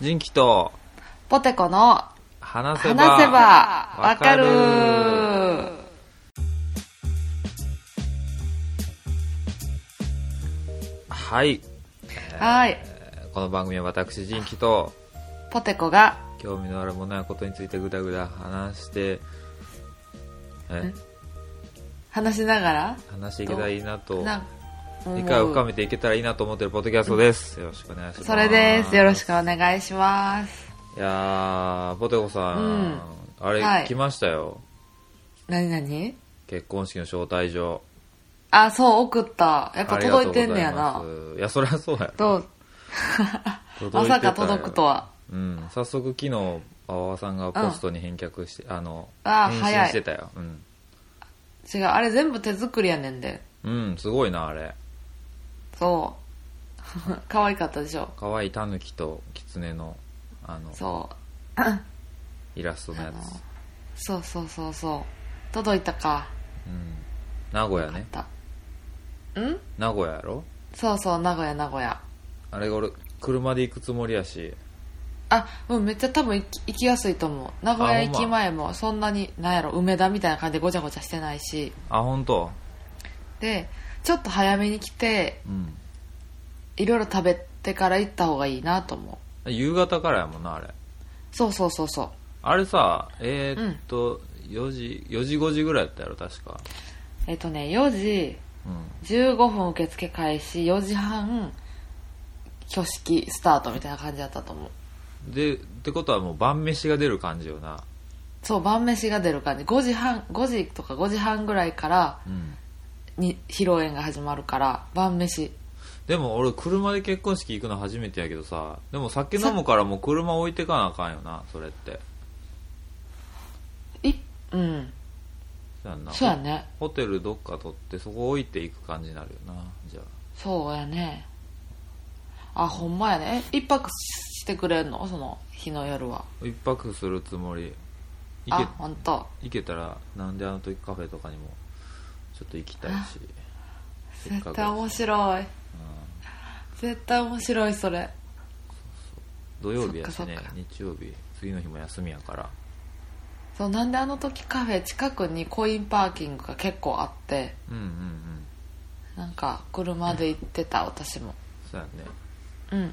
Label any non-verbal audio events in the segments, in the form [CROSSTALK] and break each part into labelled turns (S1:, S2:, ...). S1: 人気と
S2: ポテコの
S1: 話せば
S2: 話せばわかる
S1: はい
S2: はい。
S1: この番組は私人気と
S2: ポテコが、
S1: 興味のあるものやことについてぐだぐだ話してえ
S2: 話しながら、
S1: 話していけたらいいなと
S2: なん
S1: 理解を
S2: 思
S1: 深
S2: う
S1: めていけたらいいなと思ってるポッドキャストですよろしくお願いします
S2: それです。よろしくお願いします。
S1: いやーポテコさん、
S2: うん
S1: あれ、
S2: はい
S1: 来ましたよ
S2: なになに
S1: 結婚式の招待状
S2: あ、そう、送った。やっぱ届いてんねや
S1: ありがとうご。
S2: な
S1: ざいますいやそりゃそうや
S2: どう
S1: ろ
S2: まさ
S1: てた
S2: か
S1: よ
S2: 届くとは。
S1: うん、早速昨日馬場さんがポストに返却して、あの
S2: あー
S1: 返
S2: 早
S1: 信
S2: い
S1: してたよ、うん、
S2: 違う、あれ全部手作りやねんで。
S1: うん、すごいなあれ
S2: そう。 [LAUGHS] 可愛かったでしょ。
S1: 可愛いタヌキとキツネのあの
S2: そう。
S1: イラストのやつ、
S2: そうそうそうそう。届いたか。
S1: うん、名古屋
S2: あっ
S1: ね
S2: た。ん
S1: 名古屋やろ
S2: そうそう、名古屋、名古屋。
S1: あれが俺車で行くつもりやし
S2: あ、うん、めっちゃ多分行き行きやすいと思う。名古屋
S1: あほん
S2: 行
S1: ま
S2: き前もそんなに、なんやろ、梅田みたいな感じでごちゃごちゃしてないし。
S1: あ本当
S2: で、ちょっと早めに来て、
S1: うん
S2: いろいろ食べてから行った方がいいなと思う。
S1: 夕方からやもんなあれ
S2: そうそうそうそう。
S1: あれさえー、っと、4時4時5時ぐらいやったやろ確か
S2: えっとね、4時
S1: うん
S2: 15分受付開始、4時半、挙式スタートみたいな感じだったと思う。
S1: でってことはもう晩飯が出る感じよな
S2: そう、晩飯が出る感じ。5時半、5時とか5時半ぐらいから、
S1: うん
S2: に披露宴が始まるから晩飯
S1: でも俺車で結婚式行くの初めてやけどさでも酒飲むからもう車置いてかなあかんよなそれって
S2: いうん
S1: そうやんな
S2: そうやね
S1: ホテルどっか取ってそこ置いていく感じになるよなじゃ
S2: そうやねあほんまやねえ一泊してくれんのその日の夜は
S1: あ一泊するつもり行
S2: あ本当
S1: け行けたらなんであの時カフェとかにもちょっと行きたいしせっか
S2: 絶
S1: く
S2: 対面白い絶対面白いそれ
S1: 土曜日やし
S2: そっ
S1: ね
S2: かそっか
S1: 日曜日次の日も休みやから
S2: そうなんであの時カフェ近くにコインパーキングが結構あって
S1: うんうんうん
S2: なんか車で行ってた私も
S1: そうやね
S2: うん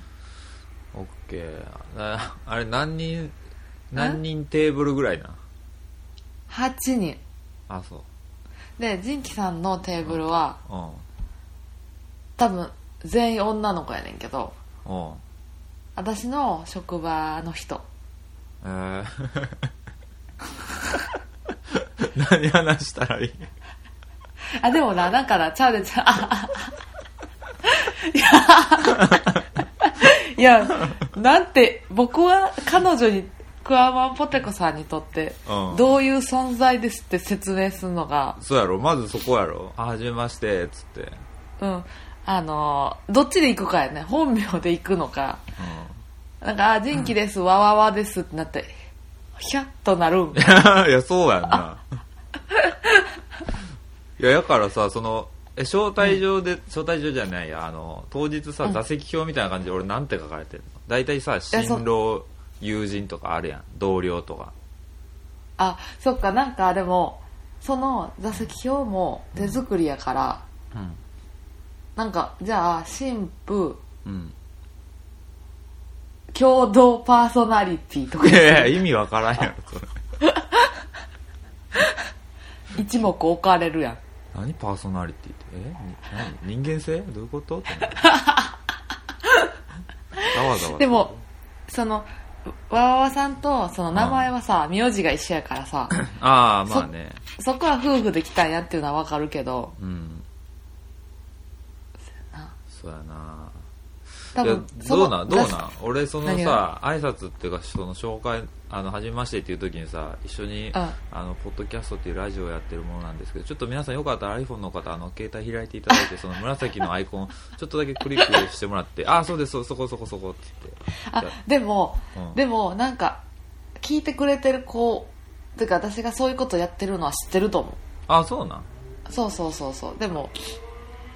S1: オッケーああれ何人何人テーブルぐらいな
S2: 8人
S1: あそう
S2: で仁キさんのテーブルは
S1: うん
S2: 多分全員女の子やねんけど
S1: うん
S2: 私の職場の人
S1: えー [LAUGHS] 何話したらいい
S2: あ、でもな、なんかな、ちゃうで、ちゃう、あ、あ、いや、いや、なんて、僕は彼女に、クワマンポテコさんにとって
S1: うん、
S2: どういう存在ですって説明するのが、
S1: そうやろまずそこやろあはじめましてっつって、うん、 [LAUGHS]
S2: うん、あの、どっちで行くかやね。本名で行くのか、なんか、あ、人気です、わわわですってなって、ひゃっとなるん。
S1: いやそうやんないややからさそのえ招待状で、招待状じゃないやあの当日さ、座席表みたいな感じで俺なんて書かれてるの大体さ
S2: や
S1: 新
S2: そう
S1: 郎友人とかあるやん同僚とか
S2: あ、そっか、なんかでも、その座席表も手作りやから、
S1: うん
S2: なんか、じゃあ、新婦、
S1: うん
S2: 共同パーソナリティと
S1: [LAUGHS]
S2: か
S1: い、やいや意味わからんやろそれ
S2: 一目置かれるやん。
S1: 何パーソナリティってえに何人間性どういうこと
S2: [LAUGHS]
S1: ってなるざわざわする
S2: でも、その、わわわさんと、その名前はさ、名字が一緒やから
S1: [LAUGHS]
S2: さ、
S1: ああまあね
S2: そこは夫婦で来たんやっていうのはわかるけど、
S1: うんそうやな
S2: 多
S1: いや
S2: 分、そ
S1: どう
S2: の
S1: なんどうなん俺その
S2: 何
S1: さ
S2: が
S1: 挨拶っていうかその紹介あの初めましてっていう時にさ一緒に、
S2: ん
S1: あのポッドキャストっていうラジオやってるものなんですけどちょっと皆さんよかったら iPhone の方あの携帯開いていただ
S2: [LAUGHS]
S1: いてその紫のアイコンちょっとだけクリックしてもらってああそうですそうそこそこそこって言って
S2: あ、でも、
S1: うん
S2: でも、なんか、聞いてくれてる子、てか私がそういうことやってるのは知ってると思う。
S1: ああそうなん
S2: そうそうそうそう。でも、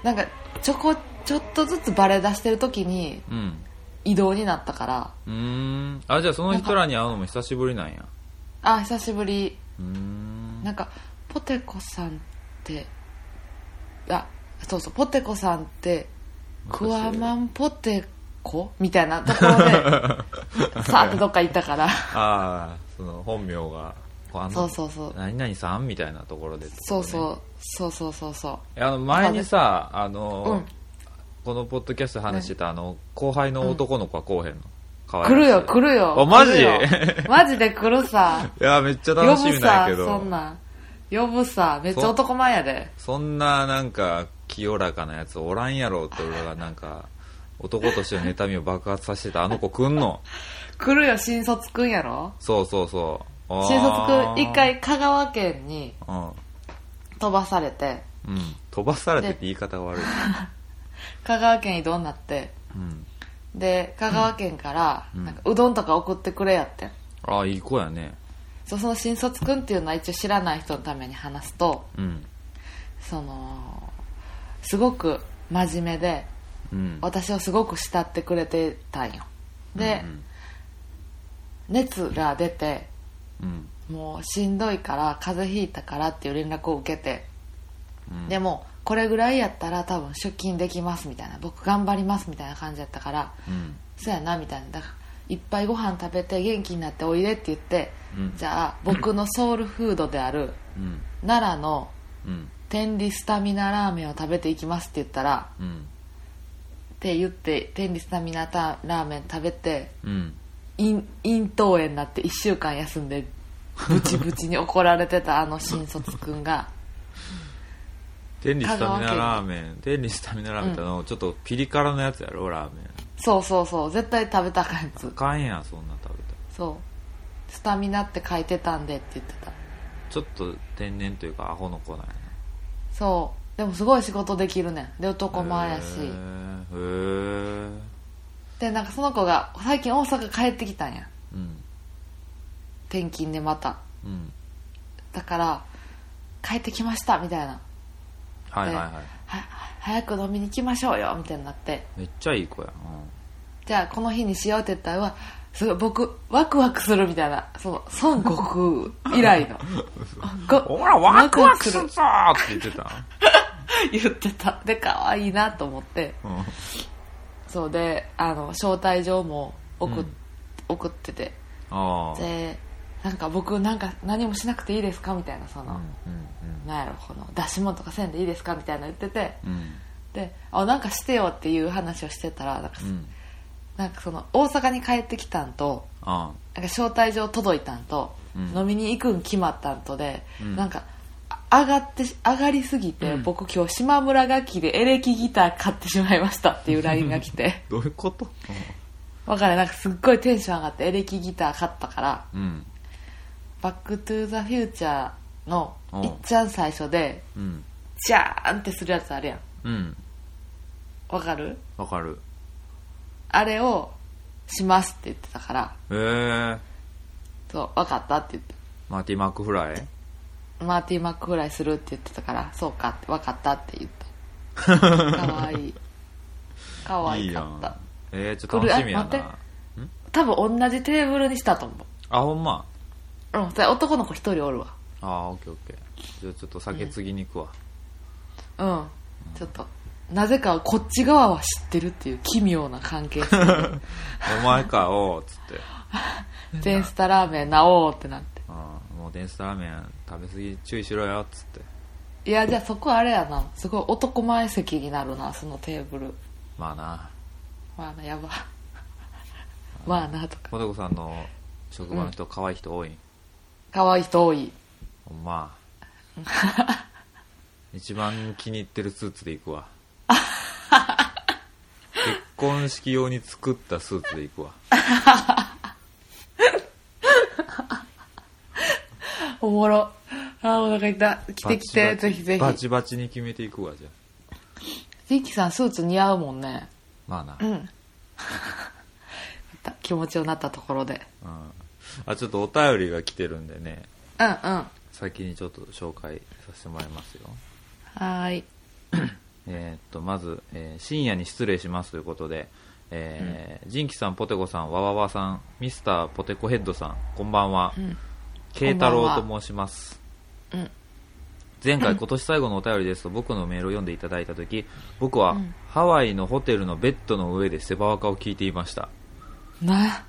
S2: なんか、ちょこ、ちょっとずつバレ出してる時に、
S1: うん
S2: い移動になったから
S1: うーんあじゃあその人らに会うのも久しぶりなんや
S2: あ久しぶり
S1: うーん
S2: なんかポテコさんってあそうそうポテコさんってクワマンポテコみたいなところ
S1: [LAUGHS]
S2: でさーってどっか行ったから
S1: ああその本名があの
S2: そうそうそう
S1: 何々さんみたいなところでってこと
S2: そ
S1: ね、
S2: うそうそうそうそうそう
S1: いやあの前にさあの、
S2: うん
S1: このポッドキャストで話してたあの後輩の男の子は来おへんの、かわい
S2: 来るよ来
S1: る
S2: るよ
S1: あマジ
S2: 来るよマジで来るさ
S1: いやめっちゃ
S2: 呼
S1: 楽しみ
S2: ぶ
S1: なんや
S2: さ
S1: けど
S2: そんなん呼ぶさめっちゃ男前やで
S1: そんななんか清らかなやつおらんやろって俺がなんか男としての妬みを爆発させてたあの子くんの
S2: 来るよ新卒くんやろ
S1: そうそうそうあー
S2: 新卒くん一回香川県に
S1: うん、
S2: 飛ばされて
S1: うん、飛ばされてって言い方が悪い
S2: 香川県移動になって
S1: うん
S2: で香川県から
S1: うん
S2: なんかうどんとか送ってくれやってん
S1: ああいい子やね
S2: そうその新卒くんっていうのは一応知らない人のために話すと
S1: うん
S2: そのすごく真面目で
S1: うん
S2: 私をすごく慕ってくれてたんよで、熱が出て
S1: うん
S2: もうしんどいから風邪ひいたからっていう連絡を受けて、
S1: うん
S2: でもこれぐらいやったら多分出勤できますみたいな僕頑張りますみたいな感じやったから
S1: うん
S2: そうやなみたいなだからいっぱいご飯食べて元気になっておいでって言って、
S1: うん
S2: じゃあ僕のソウルフードである
S1: うん
S2: 奈良の
S1: うん
S2: 天理スタミナラーメンを食べていきますって言ったら
S1: うん
S2: って言って天理スタミナタラーメン食べて
S1: うん
S2: 咽咽頭炎になって1週間休んでブチブチに怒られてたあの新卒くんが
S1: 天理スタミナラーメン天理スタミナラーメンってあのちょっとピリ辛のやつやろラーメン
S2: そうそうそう絶対食べたかんやつ
S1: あかんやんそんな食べたら
S2: そうスタミナって書いてたんでって言ってた
S1: ちょっと天然というかアホの子なんやな
S2: そうでもすごい仕事できるねんで男前やし
S1: へーへえ
S2: でなんかその子が最近大阪帰ってきたんや
S1: うん
S2: 転勤でまた
S1: うん
S2: だから帰ってきましたみたいな
S1: はいはいは
S2: は早く飲みに行きましょうよみたいになって
S1: いめっちゃいい子や
S2: じゃあこの日にしようって言ったらうわすごい僕ワクワクするみたいなそう孫悟空以来の
S1: うん
S2: ご
S1: ほらワクワクす
S2: ワ
S1: る
S2: ク
S1: ぞーって言ってた
S2: ワクする言ってたで可愛いなと思って
S1: うん
S2: そうであの招待状も送,、
S1: うん
S2: 送ってて
S1: ああ
S2: でなんか僕なんか何もしなくていいですかみたいなそ
S1: うん
S2: の、
S1: うん
S2: なんやろこの出し物とかせんでいいですかみたいな言ってて
S1: うんうん
S2: であなんかしてよっていう話をしてたらなんか,、
S1: うん
S2: なんかその大阪に帰ってきたんと
S1: あ
S2: なんか招待状届いたんと、
S1: うん
S2: 飲みに行くん決まったんとで、
S1: うん
S2: なんかあ上がってし上がりすぎて、
S1: うん
S2: 僕今日島村楽器でエレキギター買ってしまいましたっていう LINE が来て
S1: どういうこと
S2: わかるなんかすっごいテンション上がってエレキギター買ったから
S1: うん
S2: 「バック・トゥ・ザ・フューチャー」の
S1: うん
S2: いっちゃん最初で
S1: うん
S2: ジャーンってするやつあるやん
S1: うん
S2: わかる
S1: わかる
S2: あれをしますって言ってたから
S1: へえ
S2: そう分かったって言って
S1: マーティ・マックフライ
S2: マーティー・マックフライするって言ってたからそうかって分かったって言ったかわいいかわ
S1: い
S2: い
S1: いや
S2: かっ
S1: ん
S2: た
S1: えー、ちょっと楽しみや
S2: これあ
S1: な
S2: 多分同じテーブルにしたと思
S1: あほんま
S2: ううんそれ男の子一人おるわ
S1: ああオッケーオッケーじゃあちょっと酒継ぎに行くわ、
S2: うんちょっとなぜかこっち側は知ってるっていう奇妙な関係性
S1: お前かおうっつ [LAUGHS] って
S2: 全スタラーメンなおうってなって
S1: ああもうデンスタラーメン食べ過ぎ注意しろよっつって
S2: いやじゃあそこあれやなすごい男前席になるなそのテーブル
S1: まあな
S2: まあなやば [LAUGHS] まあなとか
S1: ポテコさんの職場の人、可愛い人多いん
S2: 可愛い人多い
S1: ほんま
S2: [LAUGHS]
S1: 一番気に入ってるスーツで行くわ結婚式用に作ったスーツで行くわ
S2: おもろあーお腹痛い来て来て
S1: バチバ
S2: ぜ
S1: チ
S2: ひぜ
S1: バ
S2: ひ
S1: チバチに決めていくわじゃあ
S2: リッキーさんスーツ似合うもんね
S1: まあな、
S2: うん気持ちよなったところで
S1: うんあちょっとお便りが来てるんでね
S2: うんうんは
S1: 先にちょっと紹介させてもらいますよ
S2: ーい
S1: えーっとまず、えー深夜に失礼します」ということで、えージンキさん、ポテコさん、わわわさん、ミスターポテコヘッドさん、こんばんは。
S2: うん
S1: 慶太郎と申します。
S2: うん
S1: 前回、今年最後のお便りですと、僕のメールを読んでいただいたとき、僕
S2: う
S1: は
S2: ん
S1: ハワイのホテルのベッドの上でセバワカを聞いていました。
S2: な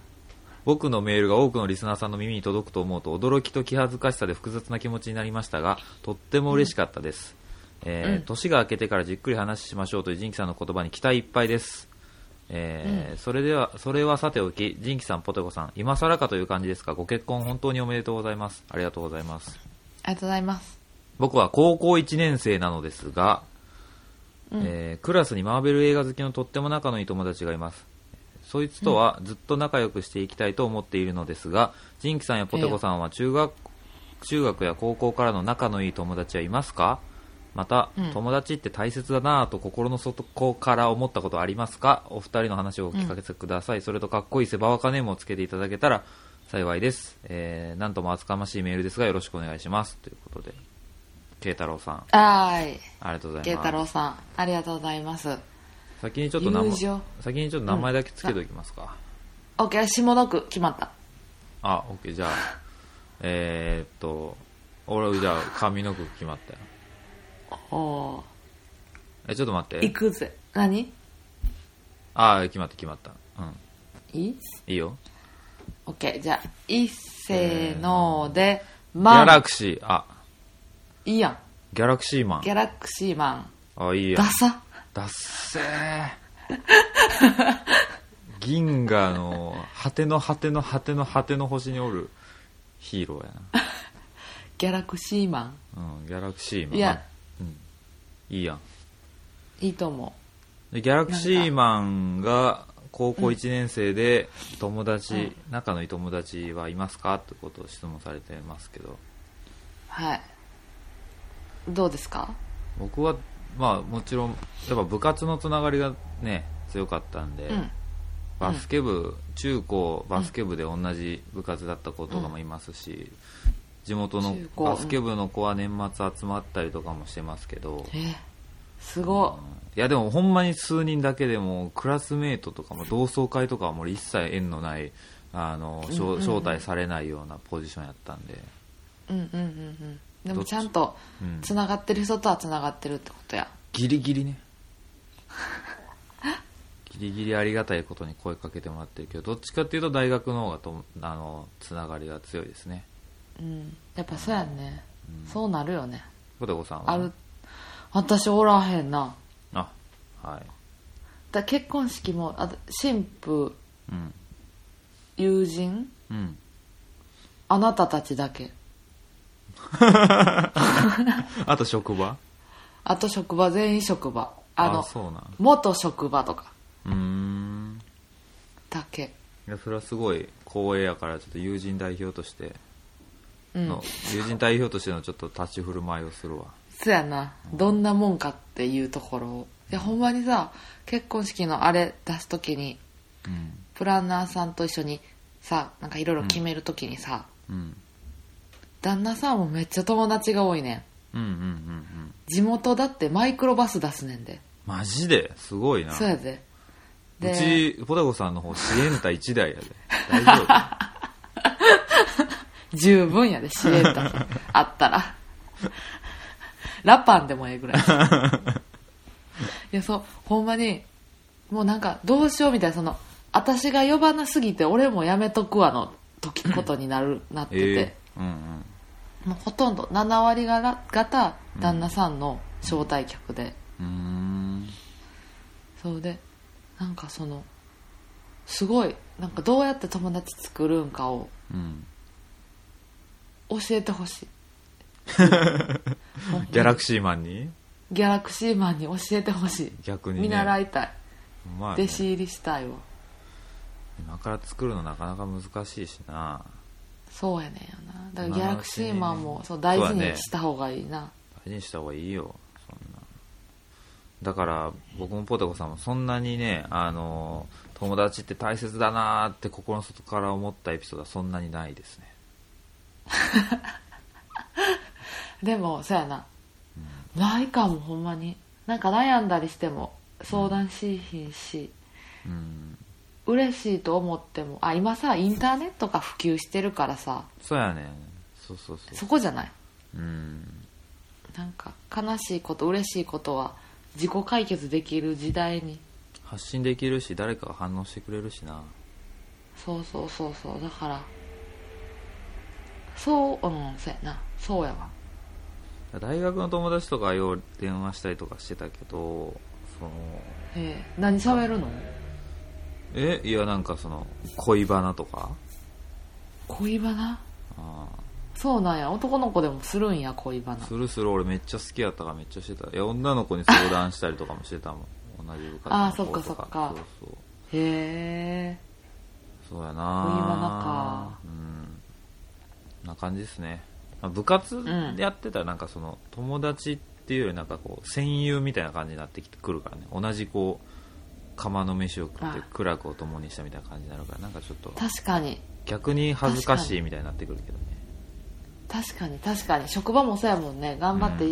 S1: 僕のメールが多くのリスナーさんの耳に届くと思うと驚きと気恥ずかしさで複雑な気持ちになりましたがとっても嬉しかったです、えー
S2: うん
S1: 年が明けてからじっくり話しましょうという仁キさんの言葉に期待いっぱいです、えーそれではそれはさておき仁キさんポテコさん今更かという感じですがご結婚本当におめでとうございますありがとうございます
S2: ありがとうございます
S1: 僕は高校1年生なのですが、
S2: うん
S1: えークラスにマーベル映画好きのとっても仲のいい友達がいますそいつとはずっと仲良くしていきたいと思っているのですが、ジンキさんやポテコさんは中学中学や高校からの仲のいい友達はいますかまた、
S2: うん
S1: 友達って大切だなぁと心の底から思ったことありますかお二人の話をお聞かせください、それとかっこいいセバワカネームをつけていただけたら幸いです、えー、なんとも厚かましいメールですがよろしくお願いしますということで慶太郎さんあ
S2: はーい
S1: りがとうござい
S2: 慶
S1: ます
S2: 太郎さんありがとうございます
S1: 先にちょっと名前
S2: 友情
S1: 先にちょっと名前だけつけておきますか、
S2: OK 下の句決まった
S1: あ、オッケー、じゃあ、 [LAUGHS] えー、っと、俺はじゃあ、髪の毛決まったよ。
S2: お
S1: え、ちょっと待っ
S2: ー行
S1: て。
S2: くぜ何
S1: あー、決まった、決まった。うん。
S2: いい
S1: いいよ。
S2: ?OK じゃあいっせーので
S1: ギャ
S2: マ
S1: ラ
S2: ン
S1: クシー、あ、
S2: いいやん
S1: ギャラクシーマン
S2: ギ。ャラクシーマン
S1: あ、いいや
S2: ダ。サ
S1: だっせー。銀河の果ての果ての果ての果ての星におるヒーローや
S2: ギャラクシーマ
S1: な。うん、ギャラクシーマン。
S2: いや
S1: うん。いいやん。
S2: ンいいと思
S1: でギャラクシーマンが高校1年生で友達、
S2: うん
S1: 仲のいい友達はいますかってことを質問されてますけど
S2: うはいどうですか
S1: 僕はまあもちろんやっぱ部活のつながりがね強かったんで、
S2: うん
S1: バスケ部中高バスケ部で同じ部活だった子とかもいますし、地元の
S2: 中高
S1: バスケ部の子は年末集まったりとかもしてますけど、
S2: えーすご
S1: いやでもほんまに数人だけでもクラスメートとかも同窓会とかはもう一切縁のないあの、しょ
S2: うんうんうん
S1: 招待されないようなポジションやったんで、
S2: いうんうんうんうんで
S1: ど
S2: も
S1: っち
S2: ちゃんと
S1: うん
S2: つながってる人とはつながってるってことや
S1: ギリギリ
S2: [LAUGHS]
S1: ねギリギリありがたいことに声かけてもらってるけどどっちかっていうと大学の方がとあのつながりが強いですね
S2: うんやっぱそうやんね、そうなるよね
S1: ポテコさんは
S2: ある私おらへんな
S1: あはい
S2: だ結婚式もあと新婦
S1: うん
S2: 友人
S1: うん
S2: あなたたちだけ
S1: あと職場
S2: あと職場全員職場あの
S1: そうなん
S2: 元職場とか
S1: うーん
S2: だけ
S1: いやそれはすごい光栄やからちょっと友人代表として
S2: うん
S1: の、友人代表としてのちょっと立ち振る舞いをするわ
S2: そやなどんなもんかっていうところをいやほんまにさ結婚式のあれ出す時に
S1: うん
S2: プランナーさんと一緒にさなんかいろいろ決める時にさ、
S1: うん
S2: 旦那さんもめっちゃ友達が多いねん
S1: うんうんうんうん
S2: 地元だってマイクロバス出すねんで
S1: マジですごいな
S2: そうやで
S1: う
S2: で
S1: ちポテコさんの方支援隊1台やで大
S2: [LAUGHS]
S1: 丈夫
S2: 十分やで支援だ
S1: [LAUGHS]
S2: あったらラパンでもええぐ
S1: [LAUGHS]
S2: らいいやそうほんまにもうなんかどうしようみたいなその私が呼ばなすぎて俺もやめとくわの時ことになるなってて、
S1: ええうんうん
S2: もうほとんど7割がら方旦那さんの招待客で、
S1: うーん
S2: そうでなんかそのすごいなんかどうやって友達作るんかを
S1: うん
S2: 教えてほ
S1: [LAUGHS]
S2: しい
S1: ギャラクシーマンに
S2: ギャラクシーマンに教えてほしい
S1: 逆にね
S2: 見習
S1: い
S2: いたい弟子入りしたいわ
S1: 今から作るのなかなか難しいしな
S2: そうやねんよなだ
S1: 今
S2: から
S1: のうちにね
S2: ギャラクシーマンもそう大事にした方がいいな、
S1: 大事にした方がいいよそんなだから僕もポテコさんもそんなにねあの友達って大切だなーって心の外から思ったエピソードはそんなにないですね
S2: でもそうやな、ないかもほんまになんか悩んだりしても相談しいひんし、
S1: うん
S2: 嬉しいと思ってもあ今さインターネットが普及してるからさ
S1: そうやねんそうそうそ
S2: そこじゃないう
S1: うん
S2: なんか悲しいこと嬉しいことは自己解決できる時代に
S1: 発信できるし誰かが反応してくれるしな
S2: そうそうそうそうだからそううんそうやなそうやわ
S1: 大学の友達とかよう電話したりとかしてたけどその
S2: ええ何喋るの
S1: えいやなんかその恋バナとか
S2: 恋バナ
S1: あ
S2: そうなんや男の子でもするんや恋バ
S1: ー
S2: ナ
S1: するする俺めっちゃ好きやったからめっちゃしてたいや女の子に相談したりとかもしてたもん同じ部活の子とか
S2: あーそっかそっか
S1: そうそう
S2: へえ
S1: そうやな
S2: 恋バナ
S1: かうんな感じですね、まあ部活
S2: ん
S1: でやってたらなんかその友達っていうよりなんかこう戦友みたいな感じになってきてくるからね同じこう釜の飯を食って
S2: あ
S1: 苦楽を共にしたみたいな感じになるからなんかちょっと
S2: 確かに
S1: 逆に恥ずかしいみたいになってくるけどね
S2: 確かに確かに職場もそうやもんね頑張って、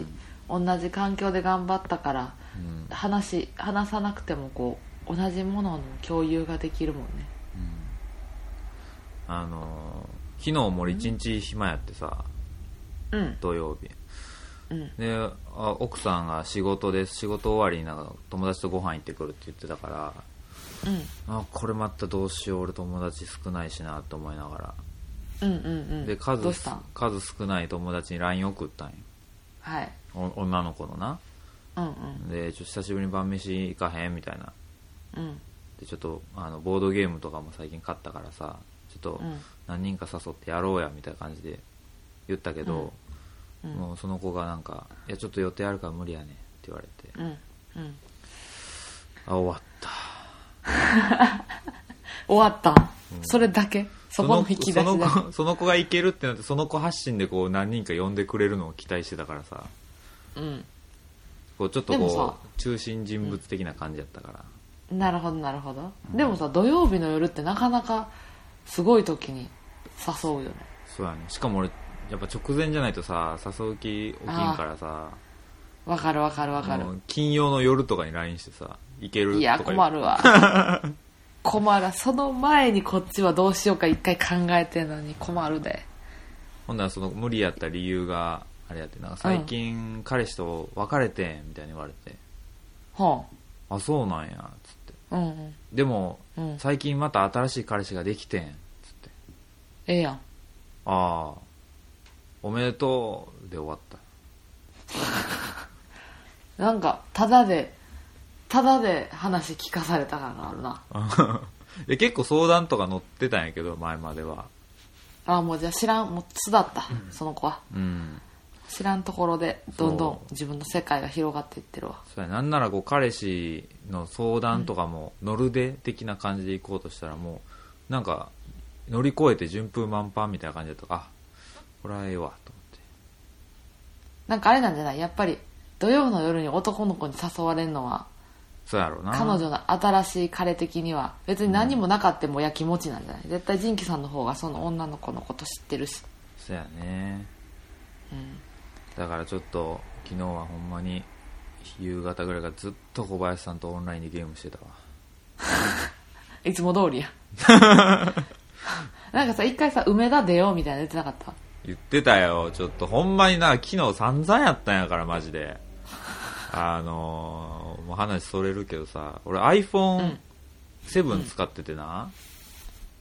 S2: 同じ環境で頑張ったから
S1: うん
S2: 話話さなくてもこう同じものの共有ができるもんね
S1: あのー昨日も俺一日暇やってさ
S2: うん
S1: 土曜日
S2: うん
S1: であ奥さんが仕事です仕事終わりになんか友達とご飯行ってくるって言ってたから
S2: うん
S1: あこれまたどうしよう俺友達少ないしなと思いなが
S2: うんうんう
S1: ら
S2: ん
S1: で数
S2: どうしたん
S1: 数少ない友達に LINE 送ったんよ
S2: はい
S1: お女の子のな
S2: うんうん
S1: でちょっと久しぶりに晩飯行かへんみたいな
S2: うん
S1: でちょっとあのボードゲームとかも最近買ったからさちょっと
S2: うん
S1: 何人か誘ってやろうやみたいな感じで言ったけど、
S2: うん
S1: もうその子がなんか「いやちょっと予定あるから無理やねん」って言われて
S2: うんうん
S1: 「あ終わった」
S2: 終わったん、それだけそこの引き出しだ
S1: その子 [LAUGHS] その子がいけるってなってその子発信でこう何人か呼んでくれるのを期待してたからさ
S2: うん
S1: こうちょっと
S2: でも
S1: こ
S2: さ
S1: う中心人物的な感じやったから、
S2: なるほどなるほど、でもさ土曜日の夜ってなかなかすごい時に誘うよね
S1: そうやねしかも俺やっぱ直前じゃないとさ誘う気起きんからさ
S2: わかるわかるわかる
S1: もう金曜の夜とかに LINE してさ「いける?」とか
S2: いや
S1: 言う
S2: 困るわ
S1: [LAUGHS]
S2: 困らその前にこっちはどうしようか一回考えてんのに困るで
S1: ほんならその無理やった理由があれやってなんか最近彼氏と別れてんみたいに言われて
S2: ほ
S1: 「あそうなんや」つって
S2: ううんうん
S1: 「でも、
S2: うん
S1: 最近また新しい彼氏ができてん」つって
S2: ええやん
S1: 「ああおめでとう」で終わった
S2: なんかただでただで話聞かされた感があるな
S1: [LAUGHS] で結構相談とか乗ってたんやけど前までは
S2: ああもうじゃあ知らんもう巣だった、その子は
S1: うん
S2: 知らんところでどんどん
S1: そう
S2: 自分の世界が広がっていってるわ
S1: そうやなんならこう彼氏の相談とかも乗るで的な感じで行こうとしたらもうなんか乗り越えて順風満帆みたいな感じだったからあこれはええわと思って
S2: なんかあれなんじゃないやっぱり土曜の夜に男の子に誘われるのは
S1: そうやろうな
S2: 彼女の新しい彼的には別に何もなかってもやきもちなんじゃない絶対仁キさんの方がその女の子のこと知ってるし
S1: そうやねだからちょっと昨日はほんまに夕方ぐらいからずっと小林さんとオンラインでゲームしてたわ
S2: いつも
S1: [LAUGHS]
S2: 通りやなんかさ一回さ梅田出ようみたいなの言ってなかった
S1: 言ってたよちょっとほんまにな昨日散々やったんやからマジ
S2: [LAUGHS]
S1: であのーもう話それるけどさ俺 iPhone7 使っててな、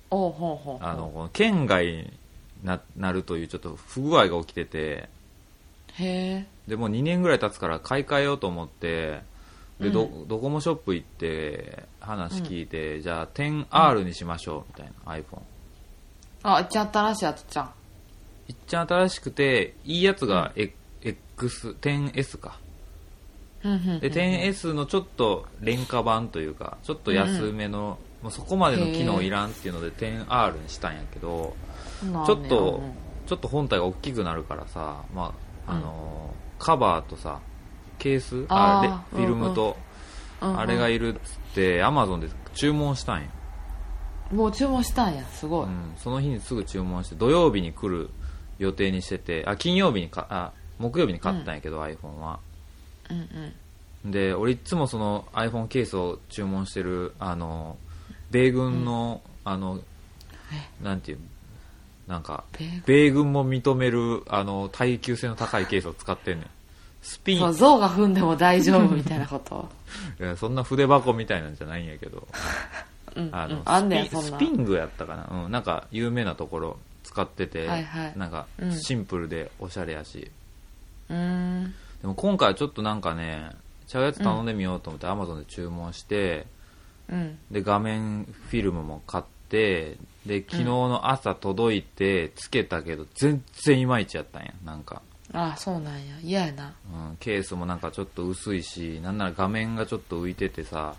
S2: おうほうほう
S1: あのこの県外にななるというちょっと不具合が起きてて
S2: へえ
S1: でもう2年ぐらい経つから買い替えようと思ってで、ど
S2: う
S1: ドコモショップ行って話聞いて、じゃあ 10R にしましょうみたいな iPhone
S2: あっちゃったらしいやつちゃん
S1: いっちゃん新しくていいやつが X、10S か
S2: ふんふん
S1: で
S2: ふん
S1: 10S のちょっと廉価版というかちょっと安めの、もうそこまでの機能いらんっていうので 10R にしたんやけど
S2: まあね
S1: ちょっと
S2: うん
S1: ちょっと本体が大きくなるからさ、まああのーカバーとさケースあ
S2: あー
S1: れフィルムと
S2: うんうん
S1: あれがいるっつってアマゾンで注文したんや、
S2: もう注文したんやすごい、
S1: うん、その日にすぐ注文して土曜日に来る予定にしててあ金曜日にかあ木曜日に買ったんやけど、iPhone は
S2: うんうん
S1: で俺いつもその iPhone ケースを注文してるあの米軍の、あのなんていうなんか
S2: 米軍
S1: 米軍も認めるあの耐久性の高いケースを使ってんねんスピン
S2: そう象が踏んでも大丈夫みたいなこと
S1: [LAUGHS] いやそんな筆箱みたいなんじゃないんやけど
S2: うん
S1: あ
S2: うんあんねや
S1: スピ
S2: そん
S1: ス
S2: な
S1: ピングやったかな、うん、なんか有名なところ使ってて、
S2: はいはい
S1: なんか
S2: うん
S1: シンプルでおしゃれやし、
S2: うーん
S1: でも今回はちょっとなんかねちゃうやつ頼んでみようと思って Amazon で注文して、
S2: うん
S1: で画面フィルムも買ってで昨日の朝届いてつけたけど全然いまいちやったんやなんか、
S2: あそうなんや嫌やな
S1: うん、ケースもなんかちょっと薄いしなんなら画面がちょっと浮いててさ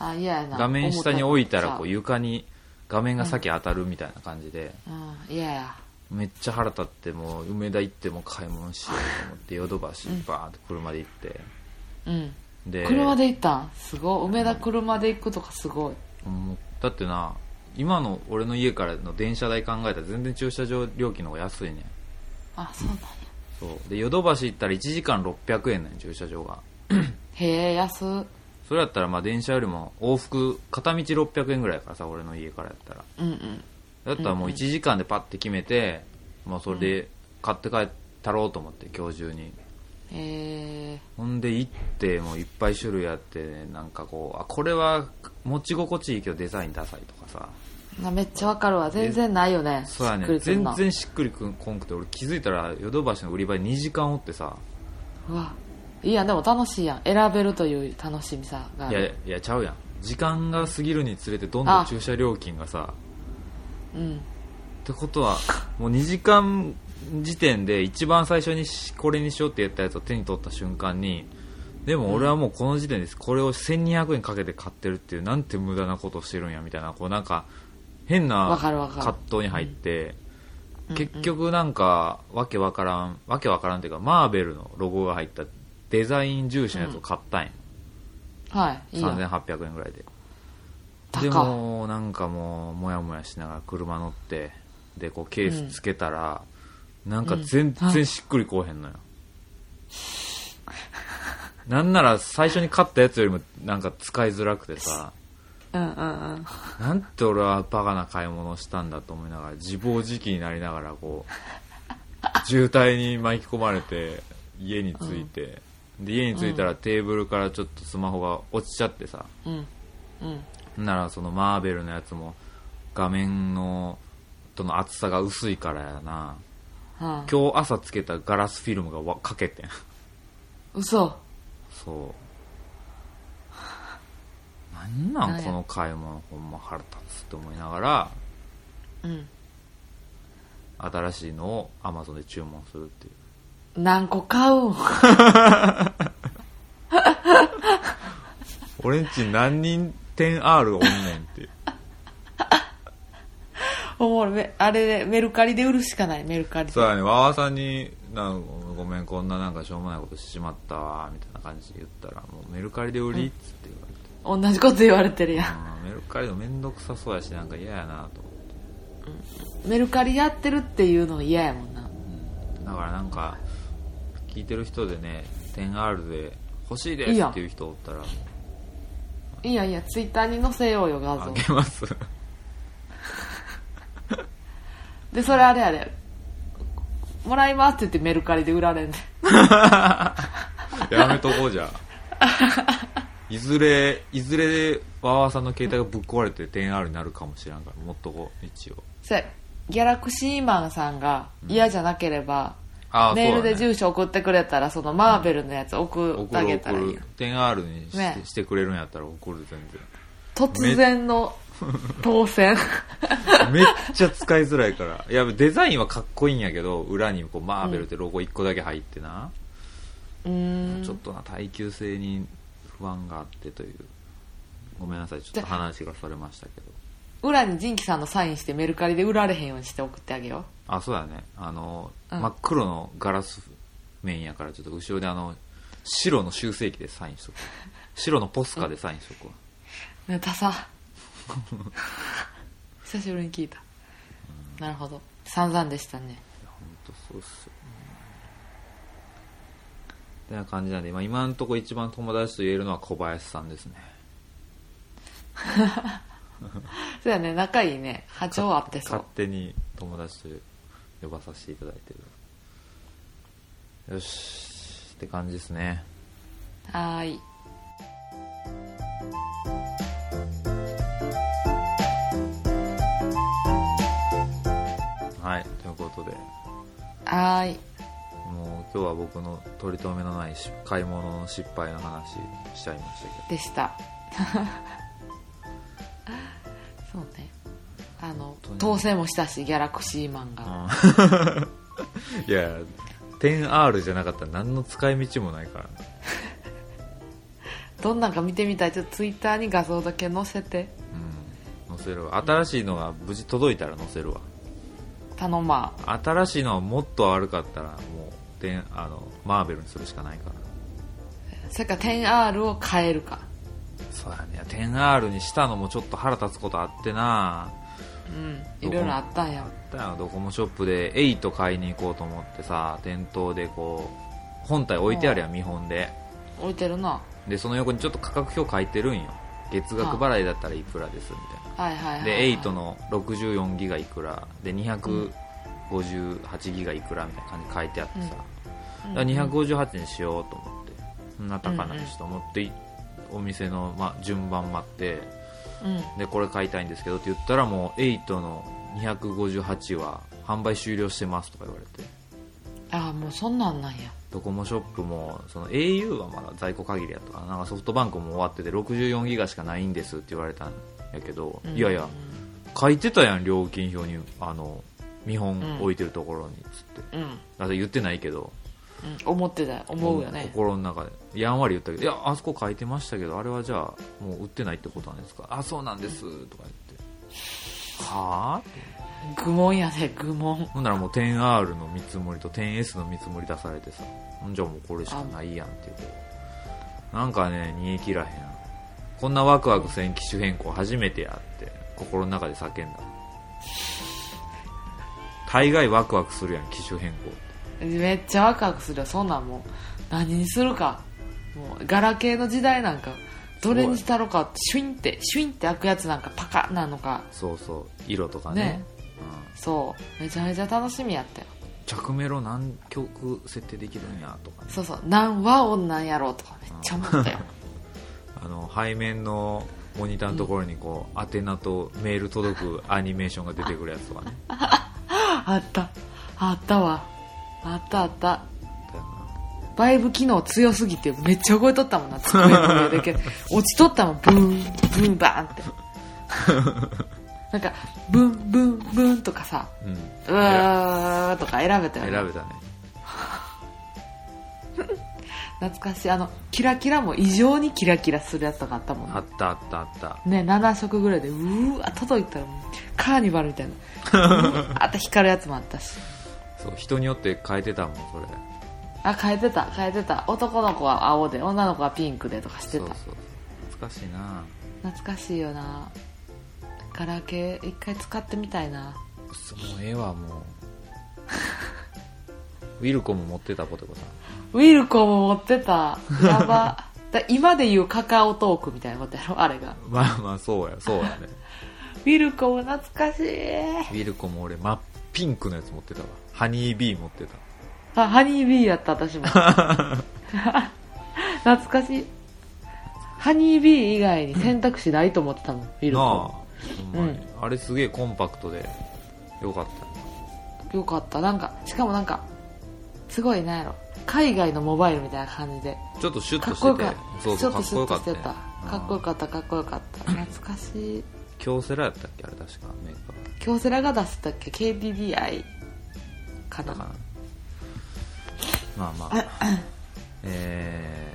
S2: あ嫌やな
S1: 画面下に置いたらこう
S2: う
S1: 床に画面が先当たるみたいな感じで、
S2: うん嫌や
S1: めっちゃ腹立ってもう梅田行っても買い物しようと思ってヨドバシバーンと車で行って、
S2: うん
S1: で
S2: 車で行ったんすごい梅田車で行くとかすごい
S1: もうだってな今の俺の家からの電車代考えたら全然駐車場料金の方が安いねん
S2: あそうなんや
S1: そうでヨドバシ行ったら1時間600円なんよ駐車場が
S2: へえ安うん
S1: それやったらまあ電車よりも往復片道600円ぐらいやからさ俺の家からやったら
S2: うん
S1: だったらもう1時間でパッて決めて、まあ、それで買って帰ったろうと思って今日中に
S2: へえ
S1: ほんで行ってもういっぱい種類あって、なんかこうあこれは持ち心地いいけどデザインダサいとかさ
S2: なめっちゃわかるわ全然ないよね
S1: そうや
S2: しっ
S1: ね
S2: くりくん
S1: 全
S2: な
S1: 然しっくりくんこんくて俺気づいたらヨドバシの売り場に2時間おってさ
S2: うわいいやんでも楽しいやん選べるという楽しみさがあ
S1: い
S2: る
S1: やいやちゃうやん時間が過ぎるにつれてどんどん駐車料金がさ
S2: う
S1: っ
S2: ん
S1: てことはもう2時間時点で一番最初にしこれにしようって言ったやつを手に取った瞬間にでも俺はもうこの時点ですこれを1200円かけて買ってるっていうなんて無駄なことをしてるんやみたいなこうなんか変な
S2: わかるわかる
S1: 葛藤に入って結局なんかわけわからんわけわからんっていうかマーベルのロゴが入ったデザイン重視のやつを買ったんや、
S2: はいいいよ
S1: 3800円ぐらいで
S2: 高
S1: でもなんかもうモヤモヤしながら車乗ってでこうケースつけたら、なんか全然しっくりこうへんのよ、なんなら最初に買ったやつよりもなんか使いづらくてさ
S2: うんうんうん
S1: なんて俺はバカな買い物をしたんだと思いながら自暴自棄になりながらこう渋滞に巻き込まれて家に着いて、で家に着いたらテーブルからちょっとスマホが落ちちゃってさ、
S2: うんうん
S1: ならそのマーベルのやつも画面のとの厚さが薄いからやな
S2: はあ
S1: 今日朝つけたガラスフィルムがわかけてん
S2: 嘘
S1: そうなんな
S2: なん
S1: ん
S2: や
S1: この買い物ほんま腹立つって思いながら
S2: うん
S1: 新しいのをアマゾンで注文するっていう
S2: 何個買うん
S1: 俺んち何人 10R おんねんっていう
S2: [LAUGHS]
S1: [LAUGHS]
S2: おもろいめあれでメルカリで売るしかないメルカリで
S1: そうやねわわさんになんかごめんこんななんかしょうもないことしてしまったわみたいな感じで言ったらもうメルカリで売りっつって言われて
S2: 同じこと言われてる
S1: [LAUGHS]
S2: やん
S1: うんメルカリのめんどくさそうやしなんか嫌やなと思っ
S2: メルカリやってるっていうの嫌やもんな
S1: てだからなんか聞いてる人でね 10R で欲しいですっていう人おったら
S2: いいやいやツイッターに載せようよ画
S1: あ
S2: 像
S1: げます
S2: [LAUGHS] でそれあれあれもらいますって言ってメルカリで売られんね
S1: やめとこうじゃあいずれいずれわわさんの携帯がぶっ壊れて 10R になるかもしらんから持っとこう一応
S2: それギャラクシーマンさんが嫌じゃなければ、
S1: ああ
S2: メールで
S1: そうだね
S2: 住所送ってくれたらそのマーベルのやつ送っ
S1: 送
S2: てあ
S1: る
S2: げた
S1: 送
S2: らいい
S1: る
S2: よ
S1: 10R にして,、
S2: ね
S1: してくれるんやったら送る全然
S2: 突然の
S1: [LAUGHS]
S2: 当選
S1: めっちゃ使いづらいからいやデザインはかっこいいんやけど裏にこうマーベルってロゴ1個だけ入ってな、
S2: うーん
S1: ちょっとな耐久性に不安があってというごめんなさいちょっと話がそれましたけど
S2: 裏にジンキさんのサインしてメルカリで売られへんようにして送ってあげよ
S1: あそうだねあの、
S2: うん
S1: 真っ黒のガラス面やからちょっと後ろであの白の修正機でサインし
S2: [LAUGHS]
S1: とく白のポスカでサインしとくわ、
S2: うねダサ
S1: [LAUGHS]
S2: 久しぶりに聞いたなるほど散々でしたね
S1: いやほんとそうっすよてな感じなんで、まあ、今のところ一番友達と言えるのは小林さんですね
S2: そうやね仲いいね波長あってそ
S1: 勝
S2: う
S1: 手に友達と呼ばさせていただいてるよしって感じですね
S2: はーい
S1: はいということで
S2: はーい
S1: もう今日は僕の取り留めのないし買い物の失敗の話しちゃいましたけど
S2: でした [LAUGHS] そうねあの
S1: 当に
S2: 当選もしたしギャラクシーマンが、
S1: うん [LAUGHS] いや 10R じゃなかったら何の使い道もないからね
S2: どんなんか見てみたいちょっとツイッターに画像だけ載せて
S1: うん載せるわ新しいのが無事届いたら載せるわ
S2: 頼ま
S1: 新しいのはもっと悪かったらもうであのマーベルにするしかないから
S2: それから 10R を変えるか
S1: そうやね 10R にしたのもちょっと腹立つことあってな
S2: うんいろいろあったんや
S1: だからドコモショップで8買いに行こうと思ってさ店頭でこう本体置いてあるやん見本で
S2: 置いてるな
S1: でその横にちょっと価格表書いてるんよ月額払いだったらいくらですみたいな
S2: はいはいはい、
S1: で8
S2: の
S1: の64ギガいくらで258ギガいくらみたいな感じで書いてあってさ、だから258にしようと思ってそんな高ないしと思って、お店の、ま、順番待って
S2: うん
S1: でこれ買いたいんですけどって言ったらもう8の258は販売終了してますとか言われて
S2: ああもうそんなんなんや
S1: ドコモショップもその au はまだ在庫限りやとかななんかソフトバンクも終わってて64ギガしかないんですって言われたんやけど、いやいや書いてたやん料金表にあの見本置いてるところにつって、
S2: うん、うん
S1: だって言ってないけど
S2: 思ってたよ思うよね
S1: 心の中でやんわり言ったけどいやあそこ書いてましたけどあれはじゃあもう売ってないってことなんですかあそうなんですとか言ってはあ
S2: 愚問やね愚問
S1: ほんならもう 10R の見積もりと 10S の見積もり出されてさほんじゃもうこれしかないやんっていうなんかね煮え切らへんこんなワクワクせん機種変更初めてやって心の中で叫んだ大概ワクワクするやん機種変更
S2: めっちゃワクワクするよそんなんもう何にするかもうガラケーの時代なんかどれにしたろかシュインってシュインって開くやつなんかパカッなのか
S1: そうそう色とかね
S2: ね
S1: うん
S2: そうめちゃめちゃ楽しみやったよ
S1: 着メロ何曲設定できるんやとかね
S2: そうそう何は女やろうとかめっちゃ思ったよ
S1: あの背面のモニターのところにこう、宛名とメール届くアニメーションが出てくるやつとかねだ
S2: あったあったわあったあった
S1: よな
S2: バイブ機能強すぎてめっちゃ動いとったもんな机の上だ
S1: [LAUGHS]
S2: け落ちとったもんブーンブーンバーンって
S1: [LAUGHS]
S2: なんかブンブンブンとかさ
S1: うん
S2: うーとか選べたよね
S1: 選べたね
S2: 懐かしいあのキラキラも異常にキラキラするやつとかあったもん
S1: あ
S2: ね
S1: ったあったあった
S2: ね7色ぐらいでうーわ届いたらもうカーニバルみたいなうわーって光るやつもあったし
S1: そう人によって変えてたもんそれ
S2: あ変えてた変えてた男の子は青で女の子はピンクでとかして
S1: そう
S2: た
S1: そう懐かしいな
S2: 懐かしいよなガラケー一回使ってみたいな
S1: くそもうええわ
S2: [LAUGHS]
S1: もうウィルコも持ってたポテコさん
S2: ウィルコも持ってたや [LAUGHS] ばだ今で言うカカオトークみたいなことやろあれが
S1: まあまあそうやそうやね
S2: ウィルコも懐かしい
S1: ウィルコも俺真っピンクのやつ持ってたわハニービー持ってた
S2: あ、ハニービーやった、 [LAUGHS] 私も。懐かしい。ハニービー以外に選択肢ないと思ってたもん、ウィル
S1: なあ
S2: コ。
S1: ほんまにあれすげえコンパクトでよかった
S2: よかった。なんか、しかもなんか、すごいなんやろ。海外のモバイルみたいな感じで。
S1: ちょっとシュッ
S2: か
S1: と
S2: っ
S1: し
S2: こよ
S1: てて
S2: かっ
S1: そう
S2: た。ち
S1: そ
S2: ょ
S1: う
S2: っ
S1: かっこよか
S2: とスッと
S1: っ
S2: したて
S1: よ
S2: た。かっこよかった、かっこよかった。懐かしい。
S1: うん京セラやったっけあれ確かメーカー
S2: 京セラが出したっけ ?KDDI か
S1: だか
S2: な。
S1: らまあまあえ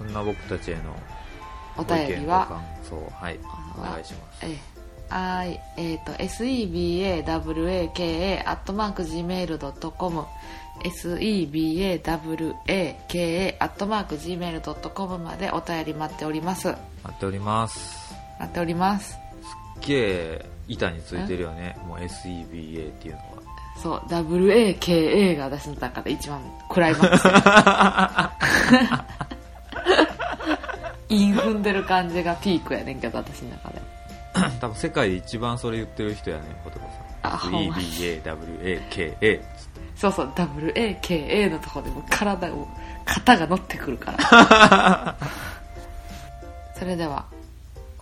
S1: ー、そんな僕たちへの
S2: お便りは
S1: ご意。見ご感想はいお願いします
S2: ええはいえっ、と sebawaka.gmail.com sebawaka.gmail.com までお便り待っております待
S1: 待っております
S2: っております
S1: すっげえ板についてるよねもう SEBA っていうのは [CLEARS THROAT] [LAUGHS]
S2: そう WAKA が私の中で一番食らいます韻踏んでる感じがピークやねんけど私の中で
S1: 多分世界で一番それ言ってる人やねポテコ
S2: あ
S1: さん
S2: ほんま
S1: EBAWAKA
S2: そうそう WAKA のとこでもう体を肩が乗ってくるから
S1: [LAUGHS]
S2: それでは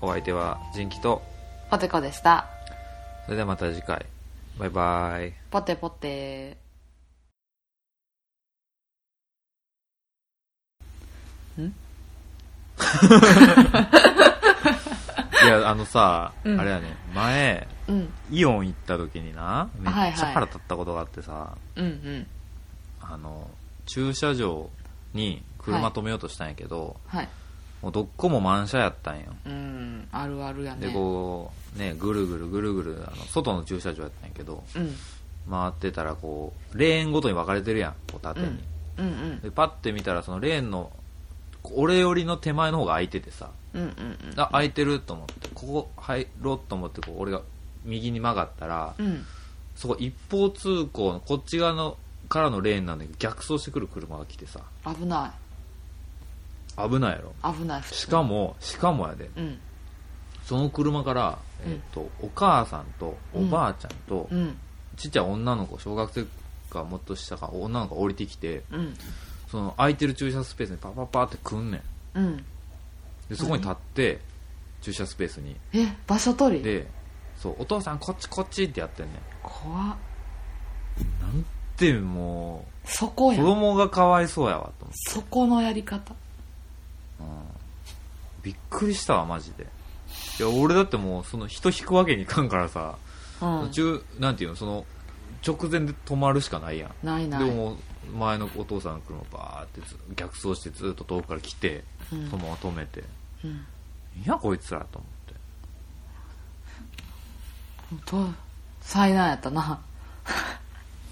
S1: お相手はジンキと
S2: ポテコでした
S1: それではまた次回バイバ
S2: [LAUGHS]
S1: イ
S2: ポテポテ
S1: いやあのさ、
S2: うん
S1: あれやね前
S2: うん
S1: イオン行った時になめっ
S2: はいはい
S1: ちゃ腹立ったことがあってさ、
S2: うんうん
S1: あの駐車場に車止めようとしたんやけど、
S2: はい
S1: もうどっこも満車やったんよ
S2: うんあるあるやね
S1: でこうねぐるぐるぐるぐるあの外の駐車場やったんやけど
S2: うん、
S1: 回ってたらこうレーンごとに分かれてるやんこう縦に、
S2: うんうん
S1: でパッて見たらそのレーンの俺よりの手前の方が空いててさ
S2: うんうんうん
S1: あ空いてると思ってここ入ろうと思ってこう俺が右に曲がったら
S2: うん
S1: そこ一方通行のこっち側のからのレーンなんだけど逆走してくる車が来てさ
S2: 危な
S1: 危ないやろ
S2: い危ない普通
S1: しかもしかもやで
S2: うん
S1: その車から、
S2: う
S1: え
S2: ん
S1: っとお母さんとおばあちゃんと、
S2: うん
S1: ちっちゃい女の子小学生かもっとしたか女の子が降りてきて
S2: うん
S1: その空いてる駐車スペースにパパパって来んねん
S2: うん
S1: でそこに立って駐車スペースに
S2: え場所取り
S1: でそうお父さんこっちこっちってやってんね
S2: 怖
S1: ん
S2: っ
S1: なんても
S2: そこ
S1: う子
S2: や
S1: 供がかわいそうやわと思
S2: そこのやり方
S1: って、うん、びっくりしたわマジでいや俺だってもうその人引くわけにいかんからさ、
S2: うん
S1: 中なんていうのその直前で止まるしかないやん
S2: ないない
S1: でも前のお父さんの車バーってず逆走してずっと遠くから来て、
S2: うん
S1: そのまま止めて
S2: うん
S1: いやこいつらと思って
S2: どう災難やったな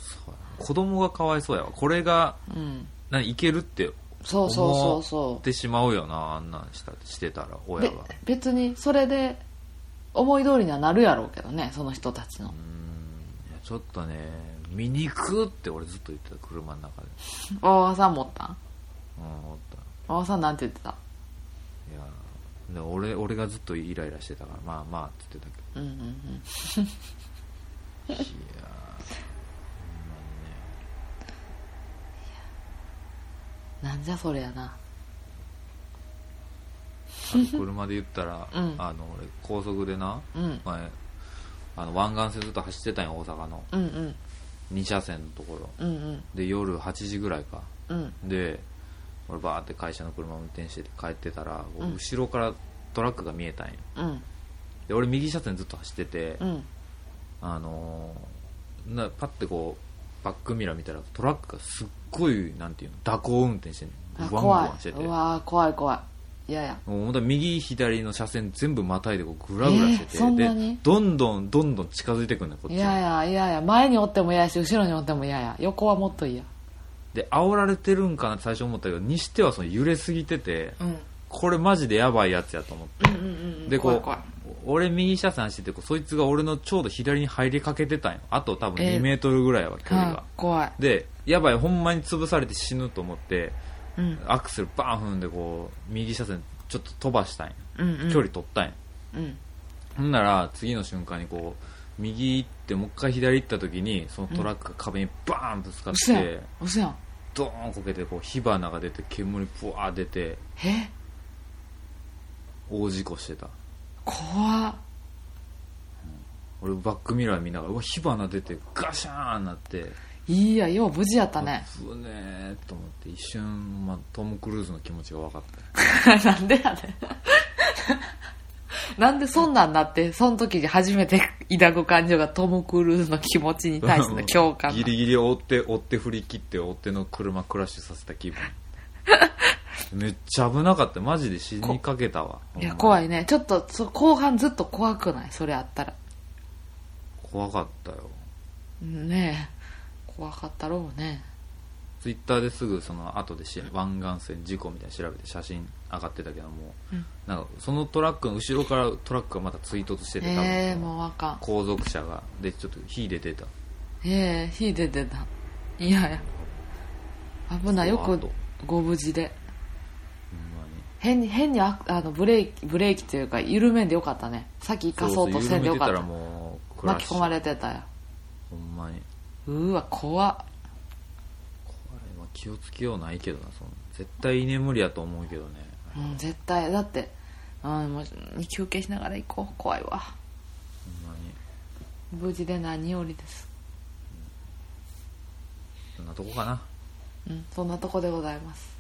S1: そうやな子供がかわいそうやわこれが
S2: うん
S1: 何いけるって
S2: そうそうそうそ
S1: 思
S2: う
S1: ってしまうよなあんなんしたしてたら親が
S2: べ別にそれで思い通りにはなるやろうけどねその人たちの
S1: いやちょっとね醜って俺ずっと言ってた車の中で
S2: 大和さん持ったん
S1: うん思った
S2: 大和さんなんて言ってた
S1: いやで俺俺がずっとイライラしてたからまあまあって言ってたけ
S2: うんうんうん
S1: どいや
S2: なんじゃそれやな
S1: ーあと車で言ったら、
S2: うん
S1: あの俺高速でな
S2: うん
S1: 前あの湾岸線ずっと走ってたんよ大阪の
S2: うんうん
S1: 2車線のところ
S2: うんうん
S1: で夜8時ぐらいか
S2: うん
S1: で俺バーって会社の車を運転してて帰ってたら、
S2: うん
S1: 後ろからトラックが見えたんよ
S2: うん
S1: で俺右車線ずっと走ってて、
S2: うん
S1: あのーなパッてこうバックミラー見たらトラックがすっごいなんていうの蛇行運転してん
S2: あ
S1: のグワング
S2: 怖
S1: ワンしてて
S2: い
S1: も
S2: う
S1: う
S2: わー怖い怖いいやいや
S1: ほんと右左の車線全部またいでこうグラグラしてて、
S2: えーそんなに
S1: でどんどんどんどん近づいてくんねんこっち
S2: い
S1: に
S2: やいやいやいや前におっても嫌やし後ろにおっても嫌や横はもっと嫌
S1: で煽られてるんかなって最初思ったけどにしてはその揺れすぎてて
S2: うん
S1: これマジでやばいやつやと思って
S2: うんうんうん
S1: でこ
S2: 怖いう怖い
S1: 俺右車線走っててこうそいつが俺のちょうど左に入りかけてたんよあと多分
S2: えー
S1: 2メートルぐらいは距離
S2: は
S1: が
S2: い、怖い
S1: でやばいほんまに潰されて死ぬと思って
S2: うん
S1: アクセルバーン踏んでこう右車線ちょっと飛ばしたんよ
S2: うんうん
S1: 距離取ったんよ、
S2: うん
S1: ほんなら次の瞬間にこう右行ってもう一回左行った時にそのトラックが壁にバーンぶつかって、
S2: 嘘やん嘘やん
S1: ドーンこけてこう火花が出て煙ブワー出て
S2: え
S1: 大事故してた
S2: 怖っ
S1: 俺バックミラー見ながらうわ火花出てガシャーンなって
S2: いいやよう無事やったね
S1: うねーと思って一瞬、まあ、トム・クルーズの気持ちが分かった
S2: [LAUGHS] なんでやねん [LAUGHS] なんでそんなんなってその時に初めて抱く感情がトム・クルーズの気持ちに対しての共感
S1: [LAUGHS] ギリギリ追って追って振り切って追っての車クラッシュさせた
S2: [LAUGHS]
S1: 気分めっちゃ危なかったマジで死にかけたわ
S2: いや怖
S1: い
S2: いねちょっとそ後半ずっと怖くないそれあったら
S1: 怖かったよ
S2: ねえ怖かったろうね
S1: ツイッターですぐその後でし湾岸線事故みたいなの調べて写真上がってたけども、
S2: うん
S1: なんかそのトラックの後ろからトラックがまた追突してて多分
S2: ええもうあかん
S1: 後続車がでちょっと火出てた
S2: ええ火出てたいやいや危ないよ
S1: そうあ
S2: く
S1: と
S2: ご無事で変に変にああのブレーキブレーキというか緩めんでよかったねさっき生かそうとせんでよかっ
S1: 緩めて
S2: た
S1: らもうクラッ
S2: 巻
S1: シ
S2: き
S1: ュ
S2: 込まれてたや
S1: ほんまに
S2: うーわ怖っ
S1: これは気をつけようないけどなそんな絶対居眠りやと思うけどね
S2: うん絶対だってうんもう休憩しながら行こう怖いわ
S1: ほんまに
S2: 無事で何よりです
S1: そんなとこかな
S2: うんそんなとこでございます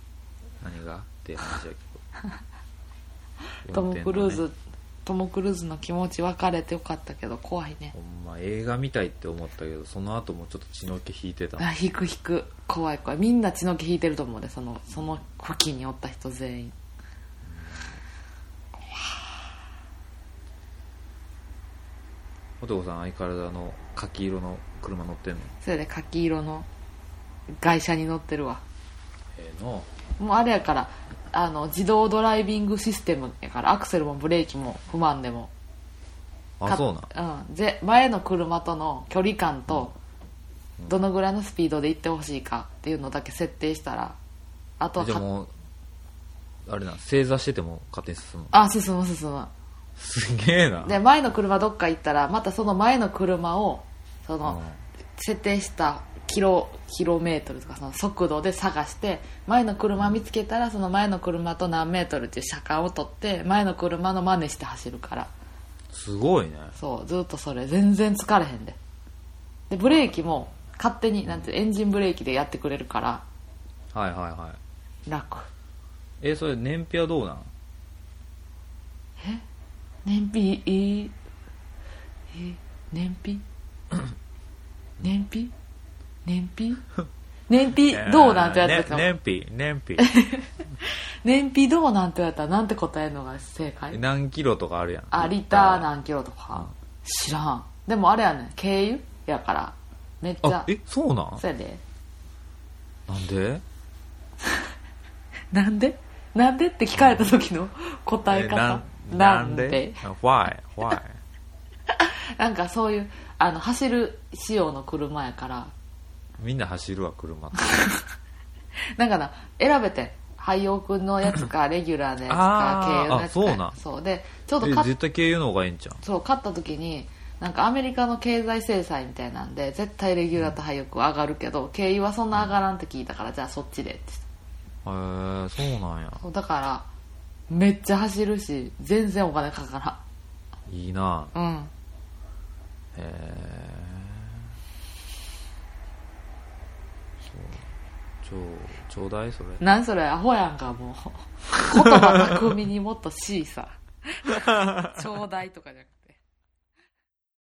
S1: 何がって話やけど
S2: [LAUGHS] トム・クルーズ、
S1: 四点のね
S2: トム・クルーズの気持ち分かれてよかったけど怖いね
S1: ほんま映画みたいって思ったけどその後もちょっと血の気引いてたもん
S2: あ引く引く怖い怖いみんな血の気引いてると思うでそのその付近におった人全員
S1: 男さん相変わらずあの柿色の車乗ってんの
S2: それで柿色の外車に乗ってるわ
S1: ええの
S2: もうあれやからあの自動ドライビングシステムやからアクセルもブレーキも不満でも
S1: あ
S2: か
S1: そうなん
S2: うん、ぜ前の車との距離感と
S1: うん
S2: どのぐらいのスピードで行ってほしいかっていうのだけ設定したらあとは
S1: じゃあ
S2: か
S1: もうあれな正座してても勝手に進む [LAUGHS]
S2: あ進む進む
S1: すげえな
S2: で前の車どっか行ったらまたその前の車をその
S1: う
S2: 設定したキロキロメートルとかその速度で探して前の車見つけたらその前の車と何メートルっていう車間を取って前の車の真似して走るから
S1: んすごいね
S2: そうずっとそれ全然疲れへんででブレーキも勝手になんてエンジンブレーキでやってくれるから
S1: はいはいはい
S2: 楽
S1: えそれ燃費はどうなん
S2: 燃費いいえ燃費 [COUGHS] 燃費燃費燃費どうなんてやつ
S1: ね
S2: か、
S1: 燃費燃費
S2: 燃費どうなんてやったらなんて答えるのが正 [LAUGHS] 解
S1: 何キロとかあるやん
S2: あリター何キロとか知らんでもあれやねん軽油やからめっち
S1: あ
S2: ゃ
S1: えそうなん
S2: そうやで
S1: なんで
S2: なんでなんでって聞かれた時の [LAUGHS] 答え
S1: えなん
S2: 方、なん
S1: なんで
S2: で
S1: Why? Why?
S2: なんかそういうあの走る仕様の車やから
S1: みんな走るわ車って
S2: なんかな選べて廃陽君のやつかレギュラーのやつ
S1: あー
S2: か軽油のやつか
S1: あそうなん
S2: そうでちょうど
S1: え
S2: 買っ
S1: 絶対経由の方がいいんちゃう
S2: そう勝った時になんかアメリカの経済制裁みたいなんで絶対レギュラーと廃屋は上がるけど経油はそんな上がらんって聞いたからじゃあそっちでって
S1: へえそうなんや
S2: そうだからめっちゃ走るし全然お金かか
S1: いいな
S2: らんうん
S1: へえそうちょうちょうだいそれ
S2: 何それアホやんか
S1: [LAUGHS]
S2: もう言葉巧みにもっと C さ [LAUGHS] ちょうだいとかじゃなくて